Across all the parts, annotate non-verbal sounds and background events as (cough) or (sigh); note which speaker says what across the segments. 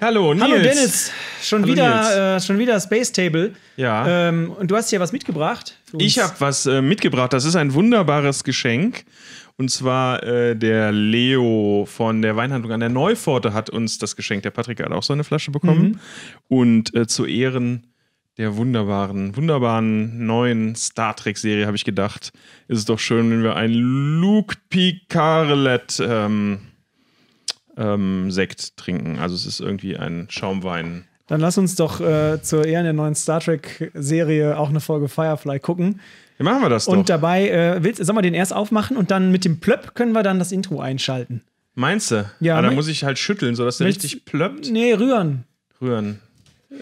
Speaker 1: Hallo, Nils.
Speaker 2: Hallo Dennis, schon
Speaker 1: Hallo,
Speaker 2: wieder, äh, schon wieder Space Table.
Speaker 1: Ja.
Speaker 2: Ähm, und du hast hier was mitgebracht. für uns.
Speaker 1: Ich habe was äh, mitgebracht. Das ist ein wunderbares Geschenk. Und zwar äh, der Leo von der Weinhandlung an der Neupforte hat uns das Geschenk. Der Patrick hat auch so eine Flasche bekommen.
Speaker 2: Mhm.
Speaker 1: Und äh, zu Ehren der wunderbaren, wunderbaren neuen Star Trek-Serie habe ich gedacht, ist es doch schön, wenn wir ein Luke Picarlet ähm, ähm, Sekt trinken. Also es ist irgendwie ein Schaumwein.
Speaker 2: Dann lass uns doch äh, zur Ehren der neuen Star Trek-Serie auch eine Folge Firefly gucken.
Speaker 1: Ja, machen wir das doch.
Speaker 2: Und dabei, äh, willst, sollen wir den erst aufmachen und dann mit dem Plöpp können wir dann das Intro einschalten.
Speaker 1: Meinst du?
Speaker 2: Ja,
Speaker 1: Aber dann
Speaker 2: mein-
Speaker 1: muss ich halt schütteln, sodass der
Speaker 2: Willst-
Speaker 1: richtig plöppt.
Speaker 2: Nee, rühren.
Speaker 1: Rühren.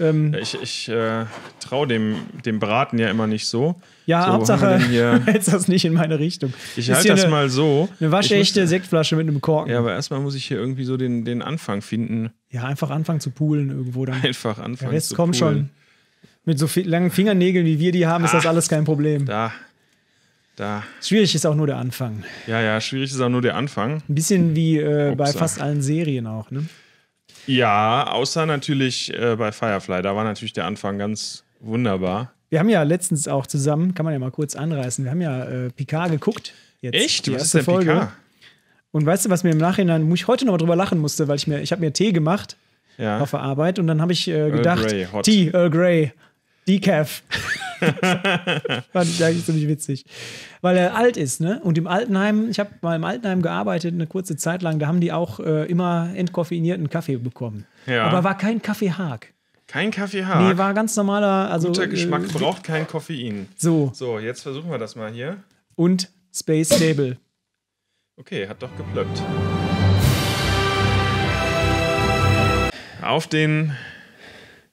Speaker 2: Ähm,
Speaker 1: Ich, ich äh, traue dem, dem Braten ja immer nicht so.
Speaker 2: ja,
Speaker 1: so, wo haben wir
Speaker 2: Hauptsache,
Speaker 1: denn
Speaker 2: du
Speaker 1: Hier?
Speaker 2: (laughs) hältst das nicht in meine Richtung.
Speaker 1: Ich
Speaker 2: Ist
Speaker 1: halte
Speaker 2: hier
Speaker 1: das
Speaker 2: eine,
Speaker 1: mal so.
Speaker 2: Eine
Speaker 1: Ich
Speaker 2: waschechte
Speaker 1: muss-
Speaker 2: Sektflasche mit einem Korken.
Speaker 1: Ja,
Speaker 2: Ja.
Speaker 1: aber erstmal muss ich hier irgendwie so den, den Anfang finden. (laughs)
Speaker 2: einfach anfangen zu poolen irgendwo dann.
Speaker 1: Einfach (laughs) anfangen.
Speaker 2: Der Rest
Speaker 1: zu
Speaker 2: kommt schon.
Speaker 1: poolen.
Speaker 2: Mit so viel, langen Fingernägeln, wie wir die haben, ist das
Speaker 1: Ah.
Speaker 2: alles kein Problem.
Speaker 1: Da. Da.
Speaker 2: Schwierig ist auch nur der Anfang.
Speaker 1: Ja, ja, schwierig ist auch nur der Anfang.
Speaker 2: Ein bisschen wie äh, bei
Speaker 1: Upsa.
Speaker 2: fast allen Serien auch. Ne?
Speaker 1: Ja, außer natürlich äh, bei Firefly. Da war natürlich der Anfang ganz wunderbar.
Speaker 2: Wir haben ja letztens auch zusammen, kann man ja mal kurz anreißen, wir haben ja äh, Picard geguckt. Jetzt,
Speaker 1: Echt?
Speaker 2: Die
Speaker 1: Was ist
Speaker 2: erste
Speaker 1: denn
Speaker 2: Folge.
Speaker 1: Picard?
Speaker 2: Und weißt du, was mir im Nachhinein, wo ich heute nochmal drüber lachen musste, weil ich mir, ich habe mir Tee gemacht
Speaker 1: Ja.
Speaker 2: auf der Arbeit und dann habe ich äh, gedacht,
Speaker 1: Grey, hot.
Speaker 2: Tee, Earl Grey,
Speaker 1: (laughs)
Speaker 2: Decaf. Fand ich eigentlich ziemlich witzig. Weil er alt ist, ne? Und im Altenheim, ich habe mal im Altenheim gearbeitet, eine kurze Zeit lang, da haben die auch äh, immer entkoffeinierten Kaffee bekommen.
Speaker 1: Ja.
Speaker 2: Aber war kein Kaffee Haag.
Speaker 1: Kein Kaffee
Speaker 2: Nee,
Speaker 1: hart.
Speaker 2: war ganz normaler, also
Speaker 1: Guter
Speaker 2: äh,
Speaker 1: Geschmack braucht kein Koffein.
Speaker 2: so
Speaker 1: So, jetzt versuchen wir das mal hier.
Speaker 2: und Space Table.
Speaker 1: Okay, hat doch geplöppt. Auf den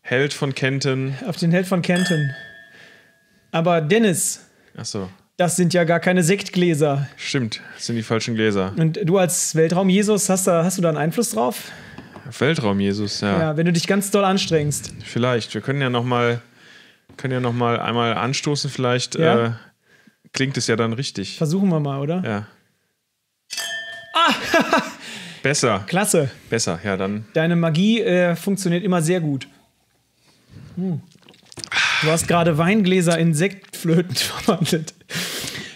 Speaker 1: Held von Kenton.
Speaker 2: Auf den Held von Kenton. Aber Dennis,
Speaker 1: Achso,
Speaker 2: das sind ja gar keine Sektgläser.
Speaker 1: stimmt, das sind die falschen Gläser.
Speaker 2: Und du als Weltraum Jesus, hast, da, hast du da einen Einfluss drauf?
Speaker 1: Weltraum, Jesus, ja.
Speaker 2: Ja. wenn du dich ganz doll anstrengst.
Speaker 1: Vielleicht. Wir können ja nochmal können ja noch mal einmal anstoßen, vielleicht
Speaker 2: Ja.
Speaker 1: äh, klingt es ja dann richtig.
Speaker 2: Versuchen wir mal, oder?
Speaker 1: Ja.
Speaker 2: Ah. (laughs)
Speaker 1: Besser,
Speaker 2: Klasse.
Speaker 1: besser, ja, dann.
Speaker 2: Deine Magie äh, funktioniert immer sehr gut. Hm. Du hast gerade Weingläser in Sektflöten (laughs) verwandelt.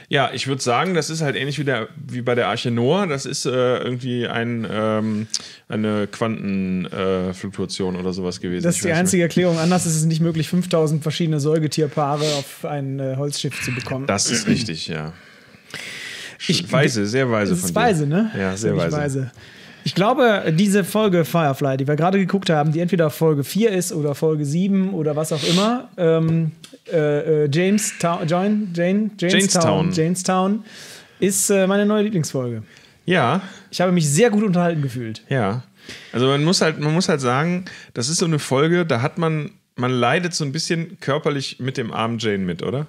Speaker 1: Ja, ich würde sagen, das ist halt ähnlich wie, der, wie bei der Arche Noah. Das ist äh, irgendwie ein, ähm, eine Quantenfluktuation äh, Fluktuation oder sowas gewesen.
Speaker 2: Das
Speaker 1: Ich
Speaker 2: ist die
Speaker 1: weiß
Speaker 2: einzige Erklärung. Anders ist es nicht möglich, 5000 verschiedene Säugetierpaare auf ein äh, Holzschiff zu bekommen.
Speaker 1: nicht. Das ist richtig, ja.
Speaker 2: Ich-
Speaker 1: weise, sehr weise
Speaker 2: Das
Speaker 1: Also von
Speaker 2: ist
Speaker 1: dir.
Speaker 2: weise, ne?
Speaker 1: Ja, sehr
Speaker 2: Finde ich
Speaker 1: weise.
Speaker 2: Ich glaube, diese Folge Firefly, die wir gerade geguckt haben, die entweder Folge 4 ist oder Folge 7 oder was auch immer, ähm, äh, äh, James Town, Jane, Jane, Jamestown,
Speaker 1: Janestown.
Speaker 2: Jamestown, ist äh, meine neue Lieblingsfolge.
Speaker 1: Ja,
Speaker 2: Ich habe mich sehr gut unterhalten gefühlt.
Speaker 1: ja. Also man muss halt, man muss halt sagen, das ist so eine Folge, da hat man, man leidet so ein bisschen körperlich mit dem armen Jane mit, oder?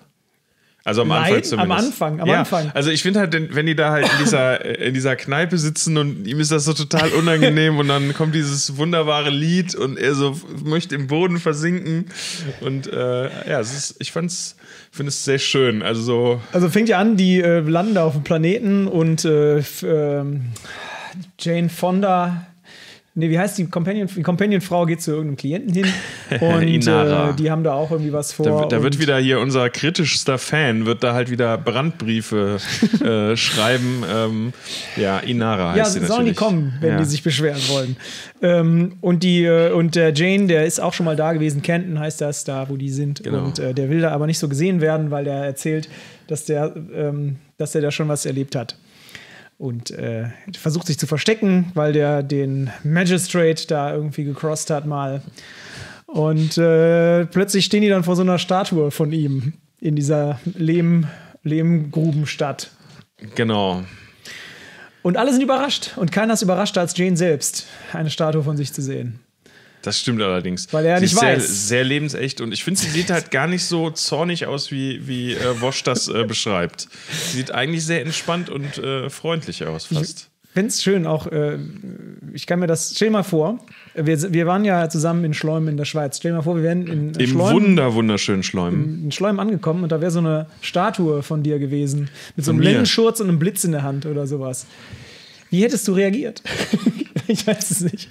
Speaker 1: Also am Anfang
Speaker 2: Leiden? Am
Speaker 1: zumindest.
Speaker 2: Anfang, am
Speaker 1: ja,
Speaker 2: Anfang.
Speaker 1: Also ich finde halt, wenn wenn die da halt in
Speaker 2: (laughs)
Speaker 1: dieser, äh, in dieser Kneipe sitzen und ihm ist das so total unangenehm und dann kommt dieses wunderbare Lied und er so f- möchte im Boden versinken. Und äh, ja, es ist, ich fand's, finde es sehr schön. Also so,
Speaker 2: Also fängt ja an, die äh, landen da auf dem Planeten und äh, f- ähm, Jane Fonda. Nee, wie heißt die Companion? Die Companion-Frau geht zu irgendeinem Klienten
Speaker 1: (laughs)
Speaker 2: hin und
Speaker 1: Inara.
Speaker 2: äh, die haben da auch irgendwie was vor.
Speaker 1: da, da wird
Speaker 2: und-
Speaker 1: wieder hier unser kritischster Fan, wird da halt wieder Brandbriefe
Speaker 2: (laughs)
Speaker 1: äh, schreiben. Ähm, ja, Inara heißt
Speaker 2: ja,
Speaker 1: sie
Speaker 2: sollen
Speaker 1: natürlich.
Speaker 2: die kommen, wenn
Speaker 1: ja.
Speaker 2: die sich beschweren wollen. Ähm, und die äh, und der Jane, der ist auch schon mal da gewesen. Kenton heißt das, da wo die sind.
Speaker 1: Genau.
Speaker 2: Und äh, der will da aber nicht so gesehen werden, weil der erzählt, dass der, ähm, dass der da schon was erlebt hat. Und äh, versucht sich zu verstecken, weil der den Magistrate da irgendwie gecrossed hat mal. Und äh, plötzlich stehen die dann vor so einer Statue von ihm in dieser Lehm, Lehmgrubenstadt.
Speaker 1: Genau.
Speaker 2: Und alle sind überrascht. Und keiner ist überraschter als Jane selbst, eine Statue von sich zu sehen.
Speaker 1: Das stimmt allerdings.
Speaker 2: Weil er
Speaker 1: sie
Speaker 2: nicht
Speaker 1: ist
Speaker 2: weiß.
Speaker 1: Sehr, sehr lebensecht und ich finde, sie sieht halt gar nicht so zornig aus, wie, wie äh, Wosch das äh, beschreibt. Sie sieht eigentlich sehr entspannt und äh, freundlich aus, fast.
Speaker 2: Find's schön auch, äh, ich kann mir das, stell dir mal vor, wir, wir waren ja zusammen in Schleumen in der Schweiz. Stell dir mal vor, wir wären in
Speaker 1: Im
Speaker 2: Schleumen,
Speaker 1: wunder, wunderschönen Schleim.
Speaker 2: in Schleumen angekommen und da wäre so eine Statue von dir gewesen. Mit so einem
Speaker 1: mir?
Speaker 2: Lendenschurz und einem Blitz in der Hand oder sowas. Wie hättest du reagiert? (laughs) ich weiß es nicht.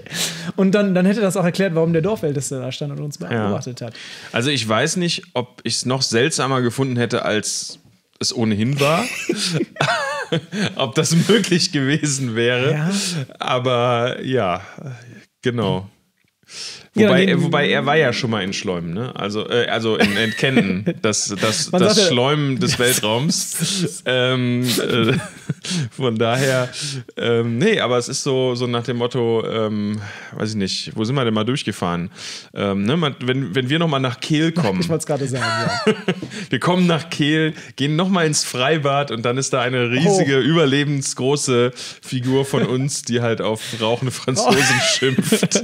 Speaker 2: Und dann, dann hätte das auch erklärt, warum der Dorfälteste da stand und uns beobachtet hat.
Speaker 1: Also ich weiß nicht, ob ich es noch seltsamer gefunden hätte, als es ohnehin
Speaker 2: (laughs)
Speaker 1: war. (laughs) ob das möglich gewesen wäre.
Speaker 2: Ja.
Speaker 1: Aber ja, genau.
Speaker 2: Ja,
Speaker 1: Wobei,
Speaker 2: nee,
Speaker 1: äh, wobei er war ja schon mal in Schläumen, ne? Also, äh, also in Entkennen, das, das,
Speaker 2: Man
Speaker 1: das
Speaker 2: sagt ja-
Speaker 1: Schläumen
Speaker 2: (laughs)
Speaker 1: des Weltraums. ähm, äh, von daher, ähm, nee, aber es ist so, so nach dem Motto, ähm, weiß ich nicht, wo sind wir denn mal durchgefahren? Ähm, ne, man, wenn, wenn wir nochmal nach Kehl kommen,
Speaker 2: Ich wollte es gerade sagen. Ja.
Speaker 1: (laughs) wir kommen nach Kehl, gehen nochmal ins Freibad und dann ist da eine
Speaker 2: Oh.
Speaker 1: riesige, überlebensgroße Figur von uns, die halt auf rauchende Franzosen
Speaker 2: Oh. (laughs)
Speaker 1: schimpft.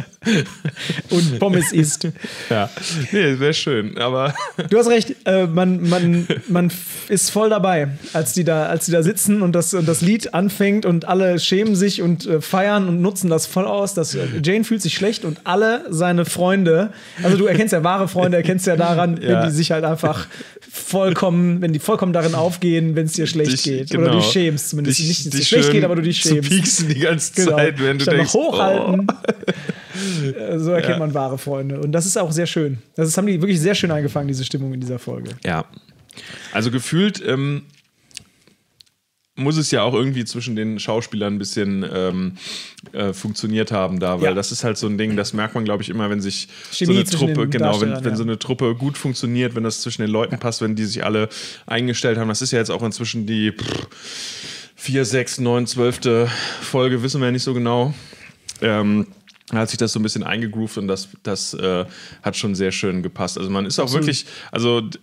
Speaker 2: Und Pommes (laughs) isst.
Speaker 1: Ja, nee, wäre schön, aber
Speaker 2: Du hast recht, äh, man, man, man f- ist voll dabei, als die da, als die da sitzen und das, und das Lied anfängt und alle schämen sich und äh, feiern und nutzen das voll aus. Dass, äh, Jane fühlt sich schlecht und alle seine Freunde, also du erkennst ja wahre Freunde, erkennst ja
Speaker 1: (laughs)
Speaker 2: daran,
Speaker 1: Ja.
Speaker 2: wenn die sich halt einfach vollkommen, wenn die vollkommen darin aufgehen, wenn es dir schlecht
Speaker 1: dich,
Speaker 2: geht.
Speaker 1: genau,
Speaker 2: Oder du dich schämst zumindest.
Speaker 1: dich-
Speaker 2: Nicht, dass es dir
Speaker 1: dich
Speaker 2: schlecht
Speaker 1: schön
Speaker 2: geht, aber du dich schämst.
Speaker 1: Zu pieksen die ganze Zeit, wenn du
Speaker 2: Genau. Statt
Speaker 1: denkst, oh. (laughs)
Speaker 2: noch hochhalten. Äh, So erkennt
Speaker 1: Ja.
Speaker 2: man wahre Freunde. Und das ist auch sehr schön. Das ist, haben die wirklich sehr schön eingefangen, diese Stimmung in dieser Folge.
Speaker 1: Ja. Also gefühlt ähm, muss es ja auch irgendwie zwischen den Schauspielern ein bisschen ähm, äh, funktioniert haben da, weil
Speaker 2: Ja.
Speaker 1: das ist halt so ein Ding, das merkt man, glaube ich, immer, wenn sich
Speaker 2: Chemie
Speaker 1: so eine
Speaker 2: zwischen
Speaker 1: Truppe,
Speaker 2: den
Speaker 1: genau, wenn,
Speaker 2: Darstellern,
Speaker 1: wenn
Speaker 2: ja.
Speaker 1: so eine Truppe gut funktioniert, wenn das zwischen den Leuten passt, wenn die sich alle eingestellt haben. Das ist ja jetzt auch inzwischen die pff, 4, 6, 9, 12. Folge, wissen wir ja nicht so genau. Ähm, da hat sich das so ein bisschen eingegroovt und das, das äh, hat schon sehr schön gepasst. Also man ist auch wirklich, also d-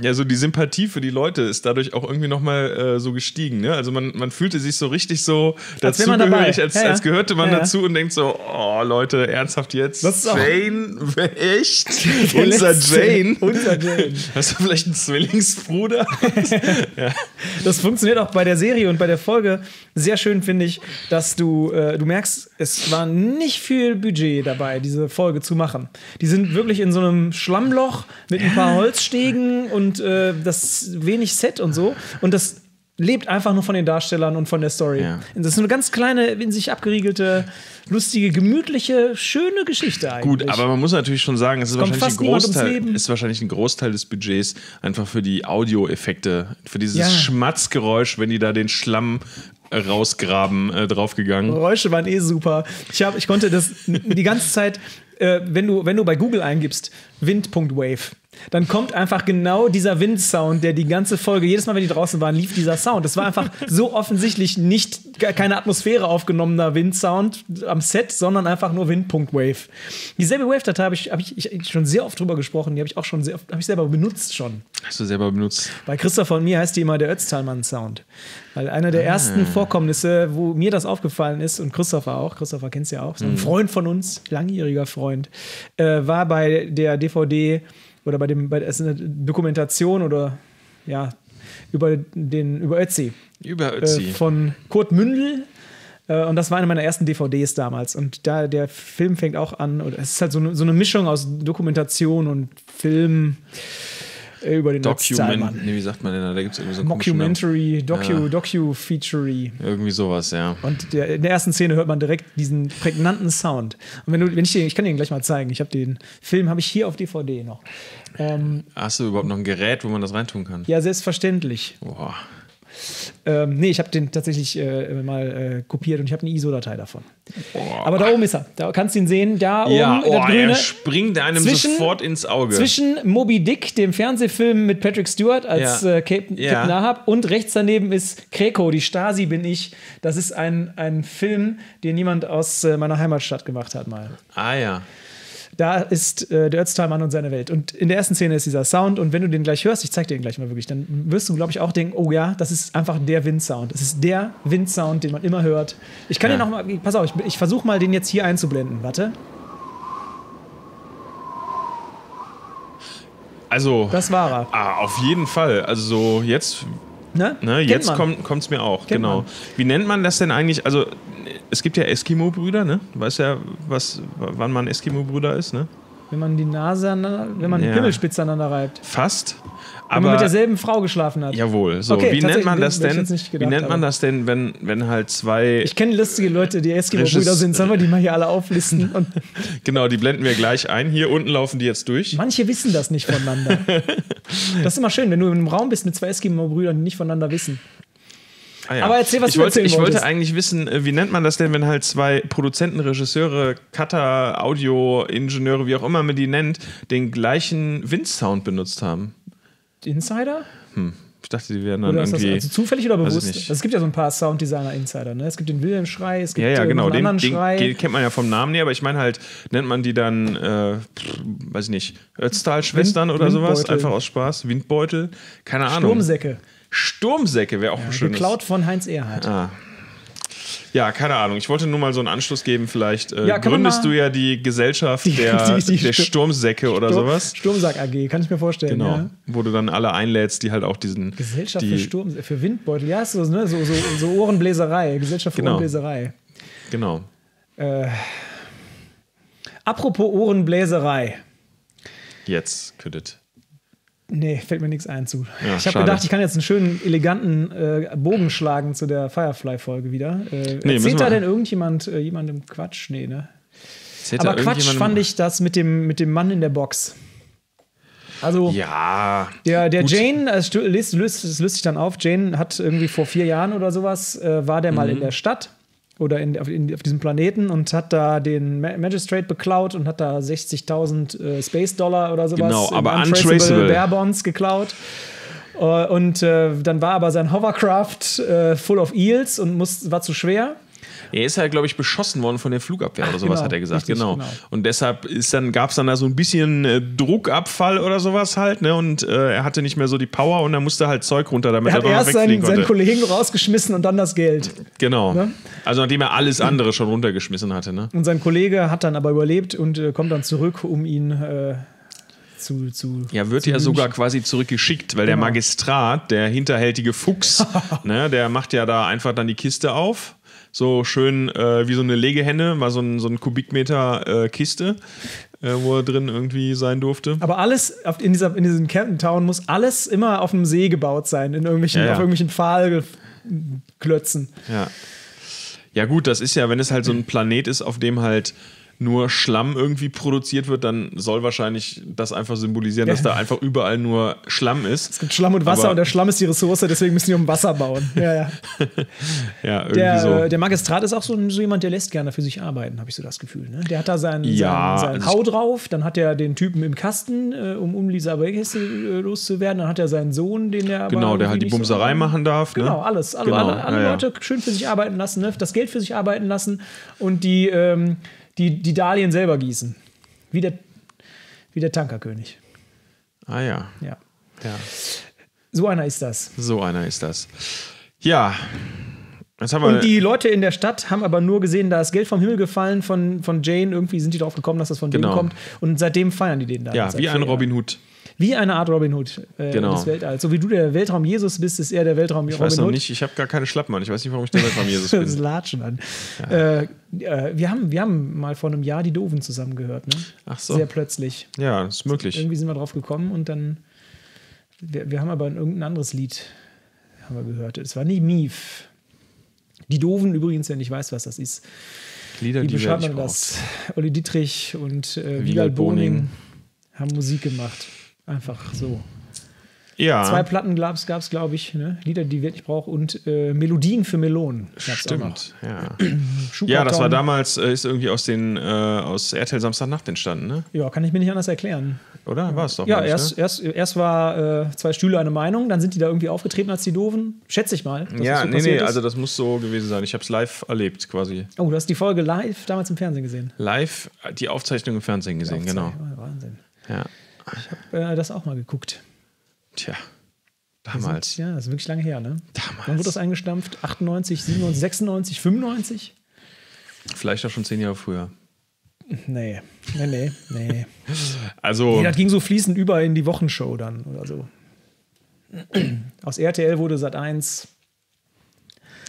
Speaker 1: ja, so die Sympathie für die Leute ist dadurch auch irgendwie nochmal äh, so gestiegen. Ne? Also man, man fühlte sich so richtig so
Speaker 2: Als wäre man
Speaker 1: dazugehörig,
Speaker 2: dabei.
Speaker 1: als,
Speaker 2: Ja, ja.
Speaker 1: als gehörte man
Speaker 2: Ja, ja.
Speaker 1: dazu und denkt so, oh Leute, ernsthaft jetzt?
Speaker 2: Das ist auch-
Speaker 1: Jane? (laughs) Echt?
Speaker 2: Der
Speaker 1: Unser
Speaker 2: letzte-
Speaker 1: Jane?
Speaker 2: Unser Jane.
Speaker 1: Hast du vielleicht einen Zwillingsbruder?
Speaker 2: Das funktioniert auch bei der Serie und bei der Folge sehr schön, finde ich, dass du, äh, du merkst, es war nicht viel Budget dabei, diese Folge zu machen. Die sind wirklich in so einem Schlammloch mit ein paar Holzstegen und äh, das wenig Set und so. Und das lebt einfach nur von den Darstellern und von der Story.
Speaker 1: Ja.
Speaker 2: Das ist eine ganz kleine, in sich abgeriegelte, lustige, gemütliche, schöne Geschichte eigentlich.
Speaker 1: Gut, aber man muss natürlich schon sagen, es ist
Speaker 2: Kommt
Speaker 1: wahrscheinlich, ein
Speaker 2: fast niemand ums
Speaker 1: Großteil,
Speaker 2: Leben.
Speaker 1: ist wahrscheinlich ein Großteil des Budgets einfach für die Audioeffekte, für dieses
Speaker 2: Ja.
Speaker 1: Schmatzgeräusch, wenn die da den Schlamm äh, rausgraben, äh, draufgegangen.
Speaker 2: Geräusche waren eh super. Ich, hab, ich konnte das die ganze Zeit, äh, wenn, du, wenn du bei Google eingibst, Wind.wave, dann kommt einfach genau dieser Windsound, der die ganze Folge, jedes Mal, wenn die draußen waren, lief dieser Sound. Das war einfach so offensichtlich nicht gar keine Atmosphäre aufgenommener Windsound am Set, sondern einfach nur Wind.wave. Dieselbe Wave-Datei habe ich, hab ich, ich, ich schon sehr oft drüber gesprochen, die habe ich auch schon sehr oft, habe ich selber benutzt schon.
Speaker 1: Hast du selber benutzt?
Speaker 2: Bei Christopher und mir heißt die immer der Ötztalmann-Sound. Weil einer
Speaker 1: Ah.
Speaker 2: der ersten Vorkommnisse, wo mir das aufgefallen ist und Christopher auch, Christopher kennst du ja auch,
Speaker 1: Mhm.
Speaker 2: so ein Freund von uns, langjähriger Freund, äh, war bei der DVD oder bei dem, bei, es ist eine Dokumentation oder ja, über den, über Ötzi
Speaker 1: Über
Speaker 2: äh,
Speaker 1: Ötzi.
Speaker 2: von Kurt Mündel. Äh, Und das war eine meiner ersten DVDs damals. Und da der Film fängt auch an, oder es ist halt so eine, so eine Mischung aus Dokumentation und Film äh, über den Ötztalmann.
Speaker 1: Document, nee, wie sagt man denn da? Da gibt es irgendwie so einen komischen Namen.
Speaker 2: Mockumentary, Docu,
Speaker 1: Ja.
Speaker 2: Docu-Featurey.
Speaker 1: Irgendwie sowas, ja.
Speaker 2: Und der, in der ersten Szene hört man direkt diesen prägnanten Sound. Und wenn du, wenn ich den, ich kann den gleich mal zeigen. Ich habe den Film habe ich hier auf DVD noch. Ähm,
Speaker 1: Hast du überhaupt noch ein Gerät, wo man das reintun kann?
Speaker 2: ja, selbstverständlich.
Speaker 1: Boah.
Speaker 2: Ähm, nee, ich habe den tatsächlich äh, mal äh, kopiert und ich habe eine ISO-Datei davon.
Speaker 1: Boah.
Speaker 2: Aber da oben ist er. Da kannst du ihn sehen. Da oben,
Speaker 1: Oh. ja, oh,
Speaker 2: das Grüne.
Speaker 1: er springt einem
Speaker 2: Zwischen-
Speaker 1: sofort ins Auge.
Speaker 2: Zwischen Moby Dick, dem Fernsehfilm mit Patrick Stewart als
Speaker 1: Ja.
Speaker 2: äh, Captain,
Speaker 1: Ja.
Speaker 2: Captain Ahab, und rechts daneben ist Kreko, die Stasi bin ich. Das ist ein, ein Film, den jemand aus äh, meiner Heimatstadt gemacht hat mal.
Speaker 1: Ah ja.
Speaker 2: Da ist äh, der Ötztalmann und seine Welt. Und in der ersten Szene ist dieser Sound. Und wenn du den gleich hörst, ich zeig dir den gleich mal wirklich, dann wirst du, glaube ich, auch denken, oh ja, das ist einfach der Windsound. Das ist der Windsound, den man immer hört. Ich kann
Speaker 1: Ja.
Speaker 2: den auch mal, pass auf, ich, ich versuche mal, den jetzt hier einzublenden. Warte.
Speaker 1: Also,
Speaker 2: Das war er.
Speaker 1: ah, auf jeden Fall. Also so jetzt
Speaker 2: Ne?
Speaker 1: Ne,
Speaker 2: Kennt
Speaker 1: jetzt
Speaker 2: man.
Speaker 1: kommt es mir auch,
Speaker 2: Kennt
Speaker 1: genau.
Speaker 2: man.
Speaker 1: Wie nennt man das denn eigentlich? Also, es gibt ja Eskimo-Brüder, ne? Du weißt ja, was, wann man Eskimo-Brüder ist, ne?
Speaker 2: Wenn man die Nase aneinander, wenn man die
Speaker 1: Ja.
Speaker 2: Pimmelspitze aneinander reibt.
Speaker 1: Fast.
Speaker 2: Wenn man
Speaker 1: Aber
Speaker 2: mit derselben Frau geschlafen hat.
Speaker 1: jawohl. So,
Speaker 2: Okay,
Speaker 1: wie nennt
Speaker 2: tatsächlich,
Speaker 1: man das
Speaker 2: hätte ich
Speaker 1: denn?
Speaker 2: jetzt nicht
Speaker 1: wie
Speaker 2: gedacht,
Speaker 1: nennt man
Speaker 2: aber-
Speaker 1: das denn, wenn, wenn halt zwei.
Speaker 2: Ich kenne lustige Leute, die Eskimo-Brüder
Speaker 1: Regisseur-
Speaker 2: sind. Sollen wir die mal hier alle auflisten? Und
Speaker 1: genau, die blenden wir gleich ein. Hier unten laufen die jetzt durch.
Speaker 2: manche wissen das
Speaker 1: (laughs)
Speaker 2: nicht voneinander. Das ist immer schön, wenn du in einem Raum bist mit zwei Eskimo-Brüdern, die nicht voneinander wissen.
Speaker 1: Ah ja.
Speaker 2: Aber erzähl, was
Speaker 1: ich
Speaker 2: du
Speaker 1: wollte,
Speaker 2: erzählen
Speaker 1: Ich wollte
Speaker 2: wolltest.
Speaker 1: eigentlich wissen, äh, wie nennt man das denn, wenn halt zwei Produzenten, Regisseure, Cutter, Audio-Ingenieure, wie auch immer man die nennt, den gleichen Windsound benutzt haben?
Speaker 2: Insider?
Speaker 1: Ich dachte, die wären dann
Speaker 2: Oder ist das
Speaker 1: irgendwie.
Speaker 2: also zufällig oder
Speaker 1: ich
Speaker 2: bewusst?
Speaker 1: nicht.
Speaker 2: Also es gibt ja so ein paar Sounddesigner-Insider. Ne? Es gibt den Wilhelm-Schrei, es gibt
Speaker 1: ja, ja,
Speaker 2: äh,
Speaker 1: genau.
Speaker 2: noch einen
Speaker 1: Den, den,
Speaker 2: anderen Schrei.
Speaker 1: den kennt man ja vom Namen her, aber ich meine halt, nennt man die dann, äh, pff, weiß ich nicht, Ötztal-Schwestern
Speaker 2: Wind-
Speaker 1: oder sowas?
Speaker 2: Windbeutel.
Speaker 1: Einfach aus Spaß. Windbeutel? Keine Ahnung.
Speaker 2: Sturmsäcke.
Speaker 1: Sturmsäcke wäre auch ein schönes.
Speaker 2: Geklaut von Heinz Erhardt.
Speaker 1: Ah. Ja, keine Ahnung. Ich wollte nur mal so einen Anschluss geben. Vielleicht äh,
Speaker 2: Ja, kann man
Speaker 1: gründest
Speaker 2: mal-
Speaker 1: du ja die Gesellschaft
Speaker 2: (laughs) Die-
Speaker 1: der,
Speaker 2: die- die
Speaker 1: der
Speaker 2: Stur-
Speaker 1: Sturmsäcke oder sowas.
Speaker 2: Sturmsack AG, kann ich mir vorstellen.
Speaker 1: Genau.
Speaker 2: Ja.
Speaker 1: Wo du dann alle einlädst, die halt auch diesen.
Speaker 2: Gesellschaft
Speaker 1: die,
Speaker 2: für Sturm, für Windbeutel, ja, ist so, ne, so, so, so Ohrenbläserei, Gesellschaft für
Speaker 1: Genau.
Speaker 2: Ohrenbläserei.
Speaker 1: Genau.
Speaker 2: Äh, apropos Ohrenbläserei.
Speaker 1: Jetzt könntet.
Speaker 2: Nee, fällt mir nichts ein zu.
Speaker 1: Ja,
Speaker 2: ich habe
Speaker 1: schade.
Speaker 2: gedacht, ich kann jetzt einen schönen, eleganten äh, Bogen schlagen zu der Firefly-Folge wieder. Äh,
Speaker 1: Nee, müssen
Speaker 2: erzählt da
Speaker 1: wir-
Speaker 2: denn irgendjemand äh, jemandem Quatsch? Nee, ne? Aber Quatsch fand ich das mit dem, mit dem Mann in der Box. Also,
Speaker 1: Ja.
Speaker 2: Der, der
Speaker 1: Gut.
Speaker 2: Jane, es stö- löst, löst, es löst sich dann auf, Jane hat irgendwie vor vier Jahren oder sowas, äh, war der mal
Speaker 1: Mhm.
Speaker 2: in der Stadt oder in, auf, in, auf diesem Planeten und hat da den Ma Magistrate beklaut und hat da 60.000 äh, Space-Dollar oder sowas
Speaker 1: Genau,
Speaker 2: in
Speaker 1: aber untraceable.
Speaker 2: Bear Bonds geklaut. Äh, Und äh, dann war aber sein Hovercraft äh, full of eels und muss, war zu schwer.
Speaker 1: Er ist halt, glaube ich, beschossen worden von der Flugabwehr oder sowas,
Speaker 2: genau,
Speaker 1: hat er gesagt.
Speaker 2: richtig,
Speaker 1: genau.
Speaker 2: genau.
Speaker 1: Und deshalb ist dann, gab es dann da so ein bisschen äh, Druckabfall oder sowas halt, ne? Und äh, er hatte nicht mehr so die Power und dann musste halt Zeug runter, damit
Speaker 2: Er
Speaker 1: er,
Speaker 2: hat
Speaker 1: doch noch
Speaker 2: erst
Speaker 1: wegfliegen
Speaker 2: seinen,
Speaker 1: konnte.
Speaker 2: seinen ne? Kollegen rausgeschmissen und dann das Geld.
Speaker 1: Genau. Also nachdem er alles andere schon runtergeschmissen hatte, ne?
Speaker 2: Und sein Kollege hat dann aber überlebt und äh, kommt dann zurück, um ihn äh, zu, zu.
Speaker 1: Ja, wird ja sogar quasi zurückgeschickt, weil der
Speaker 2: Genau.
Speaker 1: Magistrat, der hinterhältige
Speaker 2: (laughs)
Speaker 1: Fuchs, ne, der macht ja da einfach dann die Kiste auf. So schön äh, wie so eine Legehenne, mal so ein, so ein Kubikmeter äh, Kiste, äh, wo er drin irgendwie sein durfte.
Speaker 2: Aber alles auf, in, dieser, in diesem Camden Town muss alles immer auf einem See gebaut sein, in irgendwelchen,
Speaker 1: Ja, ja.
Speaker 2: auf irgendwelchen Pfahlklötzen.
Speaker 1: Ja. Ja, gut, das ist ja, wenn es halt so ein Planet ist, auf dem halt nur Schlamm irgendwie produziert wird, dann soll wahrscheinlich das einfach symbolisieren, dass da einfach überall nur Schlamm ist. Es
Speaker 2: Mit Schlamm und Wasser
Speaker 1: Aber-
Speaker 2: und der Schlamm ist die Ressource, deswegen müssen die um Wasser bauen. Ja, ja.
Speaker 1: Ja, (laughs) irgendwie
Speaker 2: Der,
Speaker 1: so.
Speaker 2: äh, der Magistrat ist auch so, so jemand, der lässt gerne für sich arbeiten, habe ich so das Gefühl. Ne? Der hat da seinen,
Speaker 1: Ja,
Speaker 2: seinen, seinen
Speaker 1: also
Speaker 2: Hau drauf, dann hat er den Typen im Kasten, äh, um, um Lisa Abergesse äh, loszuwerden, dann hat er seinen Sohn, den der. aber
Speaker 1: genau, der halt die
Speaker 2: irgendwie nicht so-
Speaker 1: Bumserei machen darf.
Speaker 2: Genau,
Speaker 1: ne?
Speaker 2: alles. Alle,
Speaker 1: Genau,
Speaker 2: alle, alle
Speaker 1: ja, ja.
Speaker 2: Leute schön für sich arbeiten lassen, ne? das Geld für sich arbeiten lassen und die, ähm, die, die Dahlien selber gießen. Wie der, wie der Tankerkönig.
Speaker 1: Ah ja.
Speaker 2: Ja.
Speaker 1: ja.
Speaker 2: So einer ist das.
Speaker 1: So einer ist das. Ja. Jetzt haben wir.
Speaker 2: Und die Leute in der Stadt haben aber nur gesehen, da ist Geld vom Himmel gefallen von, von Jane. Irgendwie sind die drauf gekommen, dass das von
Speaker 1: Genau.
Speaker 2: denen kommt. Und seitdem feiern die den da.
Speaker 1: ja,
Speaker 2: Seit
Speaker 1: wie ein
Speaker 2: vier
Speaker 1: Robin Hood.
Speaker 2: Jahren. Wie eine Art Robin Hood äh,
Speaker 1: Genau.
Speaker 2: des Weltalls. So wie du der Weltraum Jesus bist, ist er der Weltraum
Speaker 1: Ich
Speaker 2: Robin
Speaker 1: weiß noch
Speaker 2: Hood.
Speaker 1: nicht, ich habe gar keine Schlappen an. Ich weiß nicht, warum ich der Weltraum
Speaker 2: (laughs)
Speaker 1: Jesus
Speaker 2: Das
Speaker 1: bin.
Speaker 2: Latschen an. Äh, äh, wir, haben, wir haben mal vor einem Jahr die Doofen zusammen gehört. Ne?
Speaker 1: Ach so.
Speaker 2: Sehr plötzlich.
Speaker 1: Ja, ist möglich.
Speaker 2: Irgendwie sind wir drauf gekommen und dann. Wir, wir haben aber irgendein anderes Lied haben wir gehört. Es war nicht Mief. Die Doofen übrigens, wenn ich weiß, was das ist.
Speaker 1: Lieder,
Speaker 2: Wie
Speaker 1: die werde
Speaker 2: beschreibt
Speaker 1: ich
Speaker 2: man
Speaker 1: braucht.
Speaker 2: das? Olli Dietrich und äh,
Speaker 1: Wiegald
Speaker 2: Wiegald Boning,
Speaker 1: Boning.
Speaker 2: haben Musik gemacht. Einfach so. Zwei
Speaker 1: Ja,
Speaker 2: Platten gab es, glaube ich. Ne? Lieder, die wir nicht brauchen. Und äh, Melodien für Melonen. gab's auch noch.
Speaker 1: stimmt. Ja. ja,
Speaker 2: Schuhkarton.
Speaker 1: das war damals, äh, ist irgendwie aus den äh, aus RTL Samstagnacht entstanden, ne?
Speaker 2: Ja, kann ich mir nicht anders erklären.
Speaker 1: Oder? War es doch.
Speaker 2: Ja,
Speaker 1: glaub ich, ne?
Speaker 2: erst, erst, erst war äh, zwei Stühle eine Meinung, dann sind die da irgendwie aufgetreten als die Doofen. Schätze ich mal. dass
Speaker 1: Ne? Ja,
Speaker 2: das so
Speaker 1: nee, nee,
Speaker 2: passiert ist.
Speaker 1: also das muss so gewesen sein. Ich habe es live erlebt, quasi.
Speaker 2: Oh, du hast die Folge live damals im Fernsehen gesehen.
Speaker 1: Live äh, die Aufzeichnung im Fernsehen gesehen, genau.
Speaker 2: Zwei- Wahnsinn.
Speaker 1: Ja.
Speaker 2: Äh, das auch mal geguckt.
Speaker 1: Tja. Damals.
Speaker 2: Ja, das ist wirklich lange her, ne?
Speaker 1: Damals.
Speaker 2: Wann wurde das eingestampft? 98, 97, 96, 95?
Speaker 1: Vielleicht auch schon zehn Jahre früher.
Speaker 2: Nee, nee, nee,
Speaker 1: (laughs)
Speaker 2: nee.
Speaker 1: Also,
Speaker 2: Nee, das ging so fließend über in die Wochenshow dann oder so. (clears throat) Aus RTL wurde Sat 1,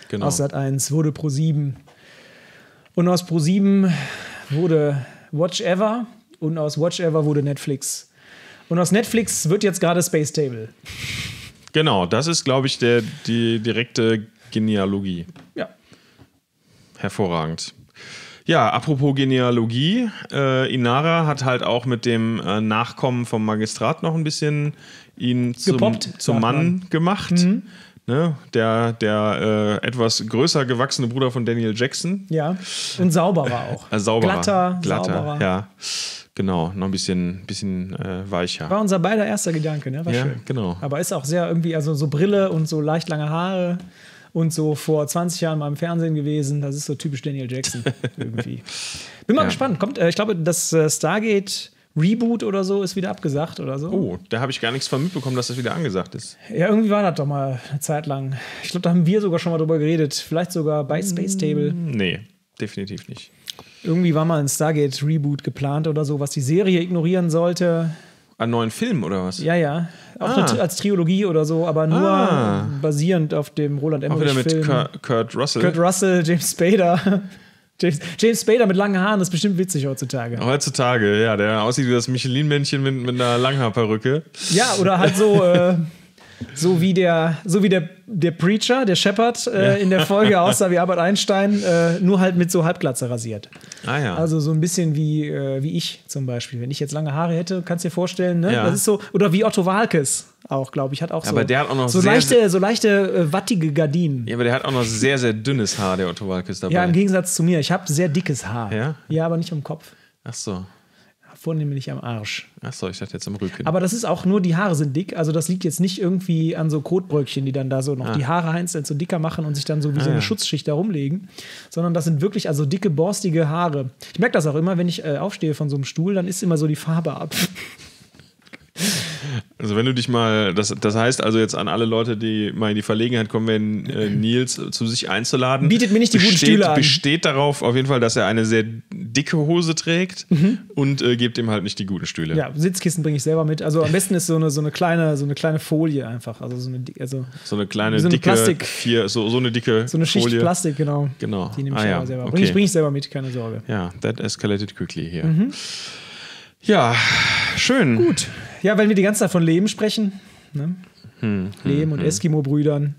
Speaker 1: genau.
Speaker 2: aus Sat 1 wurde Pro 7. Und aus Pro 7 wurde Watch Ever und aus Watchever wurde Netflix. Und aus Netflix wird jetzt gerade Space Table.
Speaker 1: Genau, das ist, glaube ich, der, die direkte Genealogie.
Speaker 2: Ja.
Speaker 1: Hervorragend. Ja, apropos Genealogie, äh, Inara hat halt auch mit dem äh, Nachkommen vom Magistrat noch ein bisschen ihn zum,
Speaker 2: Gepoppt,
Speaker 1: zum
Speaker 2: sagt
Speaker 1: Mann
Speaker 2: man. Mhm.
Speaker 1: gemacht. Ne? Der, der äh, etwas größer gewachsene Bruder von Daniel Jackson.
Speaker 2: Ja. Und sauberer auch.
Speaker 1: Äh, sauberer.
Speaker 2: Glatter,
Speaker 1: glatter
Speaker 2: sauberer.
Speaker 1: ja. Genau, noch ein bisschen, bisschen äh, weicher.
Speaker 2: War unser beider erster Gedanke, ne? War
Speaker 1: Ja,
Speaker 2: schön.
Speaker 1: genau.
Speaker 2: Aber ist auch sehr irgendwie, also so Brille und so leicht lange Haare und so vor 20 Jahren mal im Fernsehen gewesen. Das ist so typisch
Speaker 1: (laughs)
Speaker 2: Daniel Jackson irgendwie. Bin mal gespannt. Kommt, äh, ich glaube, das äh, Stargate Reboot oder so ist wieder abgesagt oder so.
Speaker 1: Oh, da habe ich gar nichts von mitbekommen, dass das wieder angesagt ist.
Speaker 2: Ja, irgendwie war das doch mal eine Zeit lang. Ich glaube, da haben wir sogar schon mal drüber geredet. Vielleicht sogar
Speaker 1: Mm.
Speaker 2: bei Space Table.
Speaker 1: Hm, Nee, definitiv nicht.
Speaker 2: Irgendwie war mal ein Stargate Reboot geplant oder so, was die Serie ignorieren sollte.
Speaker 1: An neuen Film oder was?
Speaker 2: Ja, ja. Auch
Speaker 1: Ah.
Speaker 2: eine- als Trilogie oder so, aber nur
Speaker 1: Ah.
Speaker 2: basierend auf dem Roland
Speaker 1: Auch wieder mit
Speaker 2: Emmerich-Film.
Speaker 1: Kur- Kurt Russell.
Speaker 2: Kurt Russell, James Spader. (laughs) James, James Spader mit langen Haaren ist bestimmt witzig heutzutage.
Speaker 1: Heutzutage, ja, der aussieht wie das Michelin-Männchen mit, mit einer Langhaarperücke.
Speaker 2: Ja, oder halt so, äh, so wie der, so wie der, der Preacher, der Shepherd äh, in der Folge aussah wie Albert Einstein, äh, nur halt mit so Halbglatze rasiert.
Speaker 1: Ah ja.
Speaker 2: Also so ein bisschen wie, äh, wie ich zum Beispiel. Wenn ich jetzt lange Haare hätte, kannst du dir vorstellen, ne?
Speaker 1: Ja.
Speaker 2: Das ist so, oder wie Otto Walkes auch, glaube ich, hat auch so.
Speaker 1: Aber der hat auch noch
Speaker 2: so
Speaker 1: sehr-
Speaker 2: leichte, so leichte äh, wattige Gardinen.
Speaker 1: ja, aber der hat auch noch sehr, sehr dünnes Haar, der Otto Walkes dabei.
Speaker 2: Ja, im Gegensatz zu mir. Ich habe sehr dickes Haar.
Speaker 1: Ja?
Speaker 2: ja, aber nicht am Kopf.
Speaker 1: Ach so.
Speaker 2: Vornehmlich am Arsch.
Speaker 1: Ach so, ich dachte jetzt am Rücken.
Speaker 2: Aber das ist auch nur, die Haare sind dick. Also das liegt jetzt nicht irgendwie an so Kotbröckchen, die dann da so noch die Haare einzeln so dicker machen und sich dann so wie so eine
Speaker 1: Ah. ja.
Speaker 2: Schutzschicht da rumlegen. Sondern das sind wirklich also dicke, borstige Haare. Ich merke das auch immer, wenn ich äh, aufstehe von so einem Stuhl, dann ist immer so die Farbe
Speaker 1: (laughs)
Speaker 2: ab.
Speaker 1: Also wenn du dich mal, das, das heißt also jetzt an alle Leute, die mal in die Verlegenheit kommen, wenn
Speaker 2: (clears throat)
Speaker 1: äh, Nils zu sich einzuladen.
Speaker 2: Bietet mir nicht die guten
Speaker 1: besteht,
Speaker 2: Stühle an.
Speaker 1: Besteht darauf auf jeden Fall, dass er eine sehr dicke Hose trägt und äh, gebt ihm halt nicht die guten Stühle.
Speaker 2: Mhm. Ja, Sitzkissen bringe ich selber mit. Also am besten ist so eine, so eine kleine, so eine kleine Folie einfach. Also so eine, dick- also
Speaker 1: So eine kleine,
Speaker 2: So eine
Speaker 1: dicke,
Speaker 2: Plastik-
Speaker 1: vier, so, so eine dicke
Speaker 2: so eine Schicht
Speaker 1: Folie.
Speaker 2: Plastik, genau.
Speaker 1: Genau.
Speaker 2: Die nehme ich
Speaker 1: Ah,
Speaker 2: selber,
Speaker 1: ja.
Speaker 2: selber.
Speaker 1: Okay.
Speaker 2: Bringe ich, bring ich selber mit, keine Sorge.
Speaker 1: Ja, that escalated quickly hier.
Speaker 2: Mhm.
Speaker 1: Ja, schön. Gut.
Speaker 2: Ja, wenn wir die ganze Zeit von Leben sprechen, ne?
Speaker 1: Hm,
Speaker 2: Leben und Eskimo-Brüdern,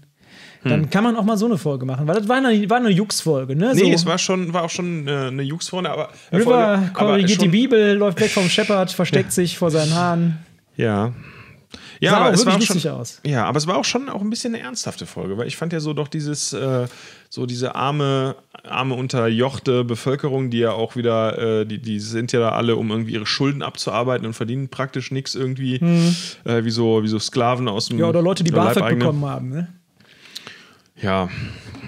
Speaker 2: dann kann man auch mal so eine Folge machen, weil das war eine, war eine Jux-Folge, ne?
Speaker 1: Nee,
Speaker 2: so,
Speaker 1: es war schon, war auch schon äh, eine Jux-Folge, aber äh,
Speaker 2: River
Speaker 1: Folge, aber
Speaker 2: korrigiert die
Speaker 1: schon-
Speaker 2: Bibel, läuft weg vom Shepherd, versteckt sich vor seinen Haaren.
Speaker 1: Ja. Ja,
Speaker 2: Sah
Speaker 1: aber
Speaker 2: auch
Speaker 1: es war auch
Speaker 2: wirklich
Speaker 1: schon,
Speaker 2: lustig aus.
Speaker 1: ja, aber es war auch schon auch ein bisschen eine ernsthafte Folge, weil ich fand ja so doch dieses, äh, so diese arme, arme unterjochte Bevölkerung, die ja auch wieder, äh, die, die sind ja da alle, um irgendwie ihre Schulden abzuarbeiten und verdienen praktisch nichts irgendwie, äh, wie, so, wie so Sklaven aus dem
Speaker 2: Mhm. Ja, oder Leute, die BAföG
Speaker 1: Leibeigenen.
Speaker 2: bekommen haben, ne?
Speaker 1: Ja,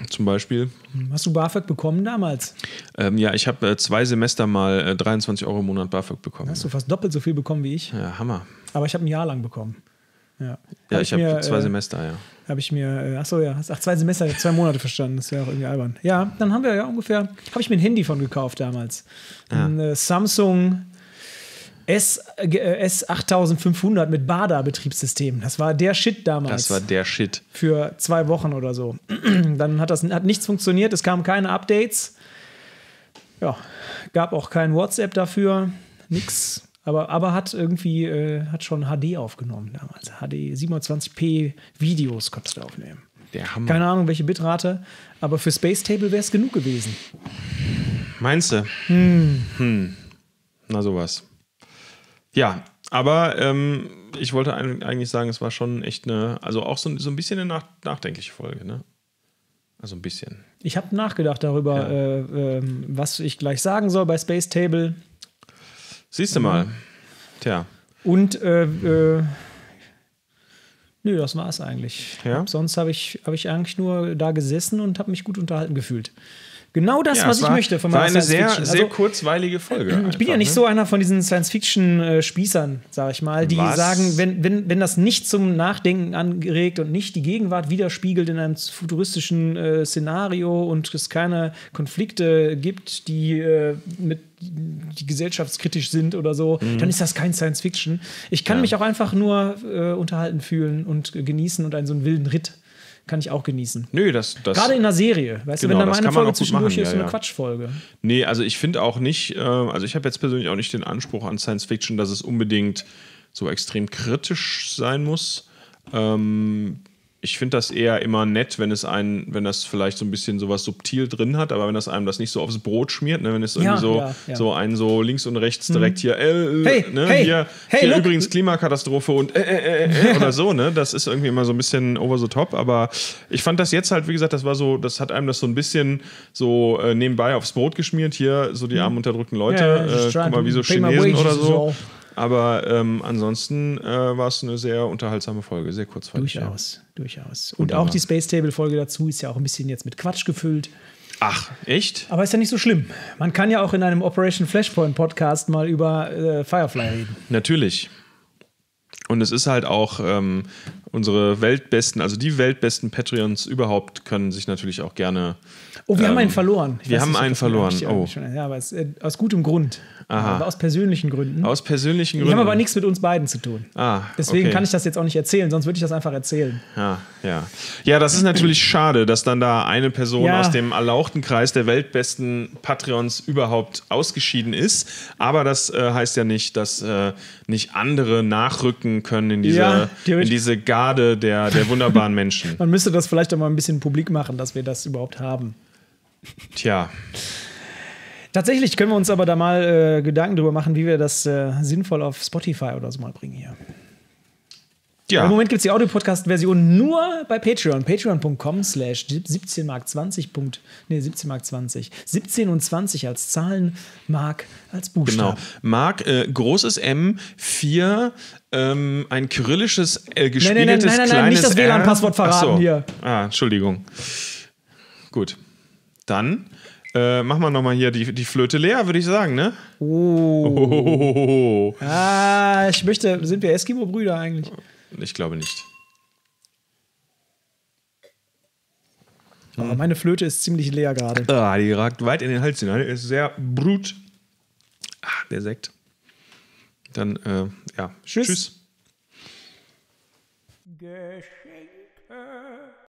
Speaker 1: zum Beispiel.
Speaker 2: Hast du BAföG bekommen damals?
Speaker 1: Ähm, ja, ich habe äh, zwei Semester mal äh, 23 Euro im Monat BAföG bekommen.
Speaker 2: Hast du fast doppelt so viel bekommen wie ich,
Speaker 1: Ja, Hammer.
Speaker 2: aber ich habe ein Jahr lang bekommen. Ja,
Speaker 1: Ja, ich habe
Speaker 2: mir,
Speaker 1: zwei
Speaker 2: äh,
Speaker 1: Semester, ja.
Speaker 2: Habe ich mir, äh, ach so, ja, hast- ach, zwei Semester, zwei Monate verstanden, das wäre auch irgendwie albern. Ja, dann haben wir ja ungefähr, habe ich mir ein Handy von gekauft damals. Ein äh, Samsung S, äh, S8500 mit BADA-Betriebssystem. Das war der Shit damals.
Speaker 1: Das war der Shit.
Speaker 2: für zwei Wochen oder so. (clears throat) dann hat das hat nichts funktioniert, es kamen keine Updates. Ja, gab auch kein WhatsApp dafür, nix. Aber, aber hat irgendwie, äh, hat schon HD aufgenommen damals. HD 27p Videos konntest du aufnehmen.
Speaker 1: Der Hammer.
Speaker 2: Keine Ahnung, welche Bitrate, aber für Space Table wäre es genug gewesen.
Speaker 1: Meinst du? Hm. Na sowas. Ja, aber ähm, ich wollte ein- eigentlich sagen, es war schon echt eine, also auch so, ein- so ein bisschen eine nach, nachdenkliche Folge, ne? Also ein bisschen.
Speaker 2: Ich habe nachgedacht
Speaker 1: Ja.
Speaker 2: darüber, äh, ähm, was ich gleich sagen soll bei Space Table.
Speaker 1: Siehst du
Speaker 2: Mhm.
Speaker 1: mal. Tja.
Speaker 2: Und äh, äh, nö, das war's eigentlich.
Speaker 1: Ja?
Speaker 2: Hab- Sonst habe ich, hab ich eigentlich nur da gesessen und habe mich gut unterhalten gefühlt. Genau das,
Speaker 1: ja,
Speaker 2: was
Speaker 1: es
Speaker 2: ich
Speaker 1: war,
Speaker 2: möchte von
Speaker 1: war
Speaker 2: meiner
Speaker 1: eine sehr,
Speaker 2: Science-Fiction.
Speaker 1: sehr
Speaker 2: also,
Speaker 1: kurzweilige Folge. ne?
Speaker 2: ich (clears throat) bin ja nicht so einer von diesen Science-Fiction-Spießern, sage ich mal, die
Speaker 1: Was?
Speaker 2: sagen, wenn, wenn, wenn das nicht zum Nachdenken anregt und nicht die Gegenwart widerspiegelt in einem futuristischen äh, Szenario und es keine Konflikte gibt, die äh, mit die gesellschaftskritisch sind oder so,
Speaker 1: Mhm.
Speaker 2: dann ist das kein Science Fiction. Ich kann mich auch einfach nur äh, unterhalten fühlen und genießen und einen so einen wilden Ritt kann ich auch genießen.
Speaker 1: Nö, das, das
Speaker 2: Gerade in einer Serie, weißt
Speaker 1: Genau,
Speaker 2: du, wenn da
Speaker 1: das
Speaker 2: mal
Speaker 1: kann
Speaker 2: eine
Speaker 1: man auch
Speaker 2: Folge
Speaker 1: gut
Speaker 2: zwischendurch
Speaker 1: machen,
Speaker 2: ist,
Speaker 1: ja,
Speaker 2: so eine
Speaker 1: ja.
Speaker 2: Quatschfolge.
Speaker 1: Nee, also ich finde auch nicht, äh, also ich habe jetzt persönlich auch nicht den Anspruch an Science Fiction, dass es unbedingt so extrem kritisch sein muss. Ähm, ich finde das eher immer nett, wenn es einen, wenn das vielleicht so ein bisschen sowas subtil drin hat, aber wenn das einem das nicht so aufs Brot schmiert, ne, wenn es irgendwie
Speaker 2: Ja,
Speaker 1: so,
Speaker 2: ja, ja. Mhm.
Speaker 1: so einen so links und rechts direkt hier, äh, äh,
Speaker 2: Hey,
Speaker 1: ne,
Speaker 2: hey,
Speaker 1: hier,
Speaker 2: hey,
Speaker 1: hier
Speaker 2: look.
Speaker 1: übrigens Klimakatastrophe und äh, äh, äh, äh, oder so, ne? Das ist irgendwie immer so ein bisschen over the top, aber ich fand das jetzt halt, wie gesagt, das war so, das hat einem das so ein bisschen so äh, nebenbei aufs Brot geschmiert, hier so die armen unterdrückten Leute,
Speaker 2: Hm. Ja, just
Speaker 1: äh,
Speaker 2: trying
Speaker 1: guck mal, wie so
Speaker 2: to pay my
Speaker 1: Chinesen
Speaker 2: wages
Speaker 1: oder
Speaker 2: is
Speaker 1: so.
Speaker 2: all.
Speaker 1: Aber ähm, ansonsten äh, war es eine sehr unterhaltsame Folge, sehr kurzweilig. ja.
Speaker 2: Durchaus, durchaus. Und auch die Space Table Folge dazu ist ja auch ein bisschen jetzt mit Quatsch gefüllt.
Speaker 1: Ach, echt?
Speaker 2: Aber ist ja nicht so schlimm. Man kann ja auch in einem Operation Flashpoint Podcast mal über äh, Firefly reden.
Speaker 1: Natürlich. Und es ist halt auch ähm, unsere weltbesten, also die weltbesten Patreons überhaupt können sich natürlich auch gerne.
Speaker 2: Oh, wir
Speaker 1: Ähm,
Speaker 2: haben einen verloren. Ich
Speaker 1: wir
Speaker 2: weiß
Speaker 1: haben
Speaker 2: nicht, ob-
Speaker 1: einen verloren.
Speaker 2: hab ich-
Speaker 1: Oh.
Speaker 2: schon- Ja, aber es, äh, aus gutem Grund.
Speaker 1: Aha.
Speaker 2: Aber aus persönlichen Gründen.
Speaker 1: Aus persönlichen
Speaker 2: die
Speaker 1: Gründen.
Speaker 2: haben aber nichts mit uns beiden zu tun.
Speaker 1: Ah,
Speaker 2: Deswegen
Speaker 1: okay.
Speaker 2: kann ich das jetzt auch nicht erzählen, sonst würde ich das einfach erzählen.
Speaker 1: Ja, ja. Ja, das ist
Speaker 2: (clears throat)
Speaker 1: natürlich schade, dass dann da eine Person
Speaker 2: Ja.
Speaker 1: aus dem erlauchten Kreis der weltbesten Patreons überhaupt ausgeschieden ist. Aber das äh, heißt ja nicht, dass äh, nicht andere nachrücken können in diese,
Speaker 2: Ja,
Speaker 1: in
Speaker 2: theoretisch.
Speaker 1: diese Garde der, der wunderbaren
Speaker 2: (laughs)
Speaker 1: Menschen.
Speaker 2: Man müsste das vielleicht auch mal ein bisschen publik machen, dass wir das überhaupt haben.
Speaker 1: Tja,
Speaker 2: Tatsächlich können wir uns aber da mal äh, Gedanken drüber machen, wie wir das äh, sinnvoll auf Spotify oder so mal bringen hier.
Speaker 1: ja.
Speaker 2: Im Moment gibt es die Audio-Podcast-Version nur bei Patreon. Patreon.com slash 17 Mark 20. Punkt- Nee, 17 Mark 20. 17 und 20 als Zahlen, Mark als Buchstaben.
Speaker 1: Genau. Mark, äh, großes M, 4, ähm, ein kyrillisches, äh,
Speaker 2: nein, nein,
Speaker 1: gespiegeltes
Speaker 2: nein, nein,
Speaker 1: kleines
Speaker 2: nicht das
Speaker 1: R.
Speaker 2: WLAN-Passwort
Speaker 1: Ach
Speaker 2: verraten hier.
Speaker 1: Ah, Entschuldigung. Gut. Dann äh, machen wir nochmal hier die, die Flöte leer, würde ich sagen, ne?
Speaker 2: Oh.
Speaker 1: Oh.
Speaker 2: Ah, ich möchte, sind wir Eskimo-Brüder eigentlich?
Speaker 1: Ich glaube nicht.
Speaker 2: Aber meine Flöte ist ziemlich leer gerade.
Speaker 1: Ah, die ragt weit in den Hals hinein. Ist sehr brut. Ah, der Sekt. Dann, äh, ja.
Speaker 2: Tschüss.
Speaker 1: Tschüss.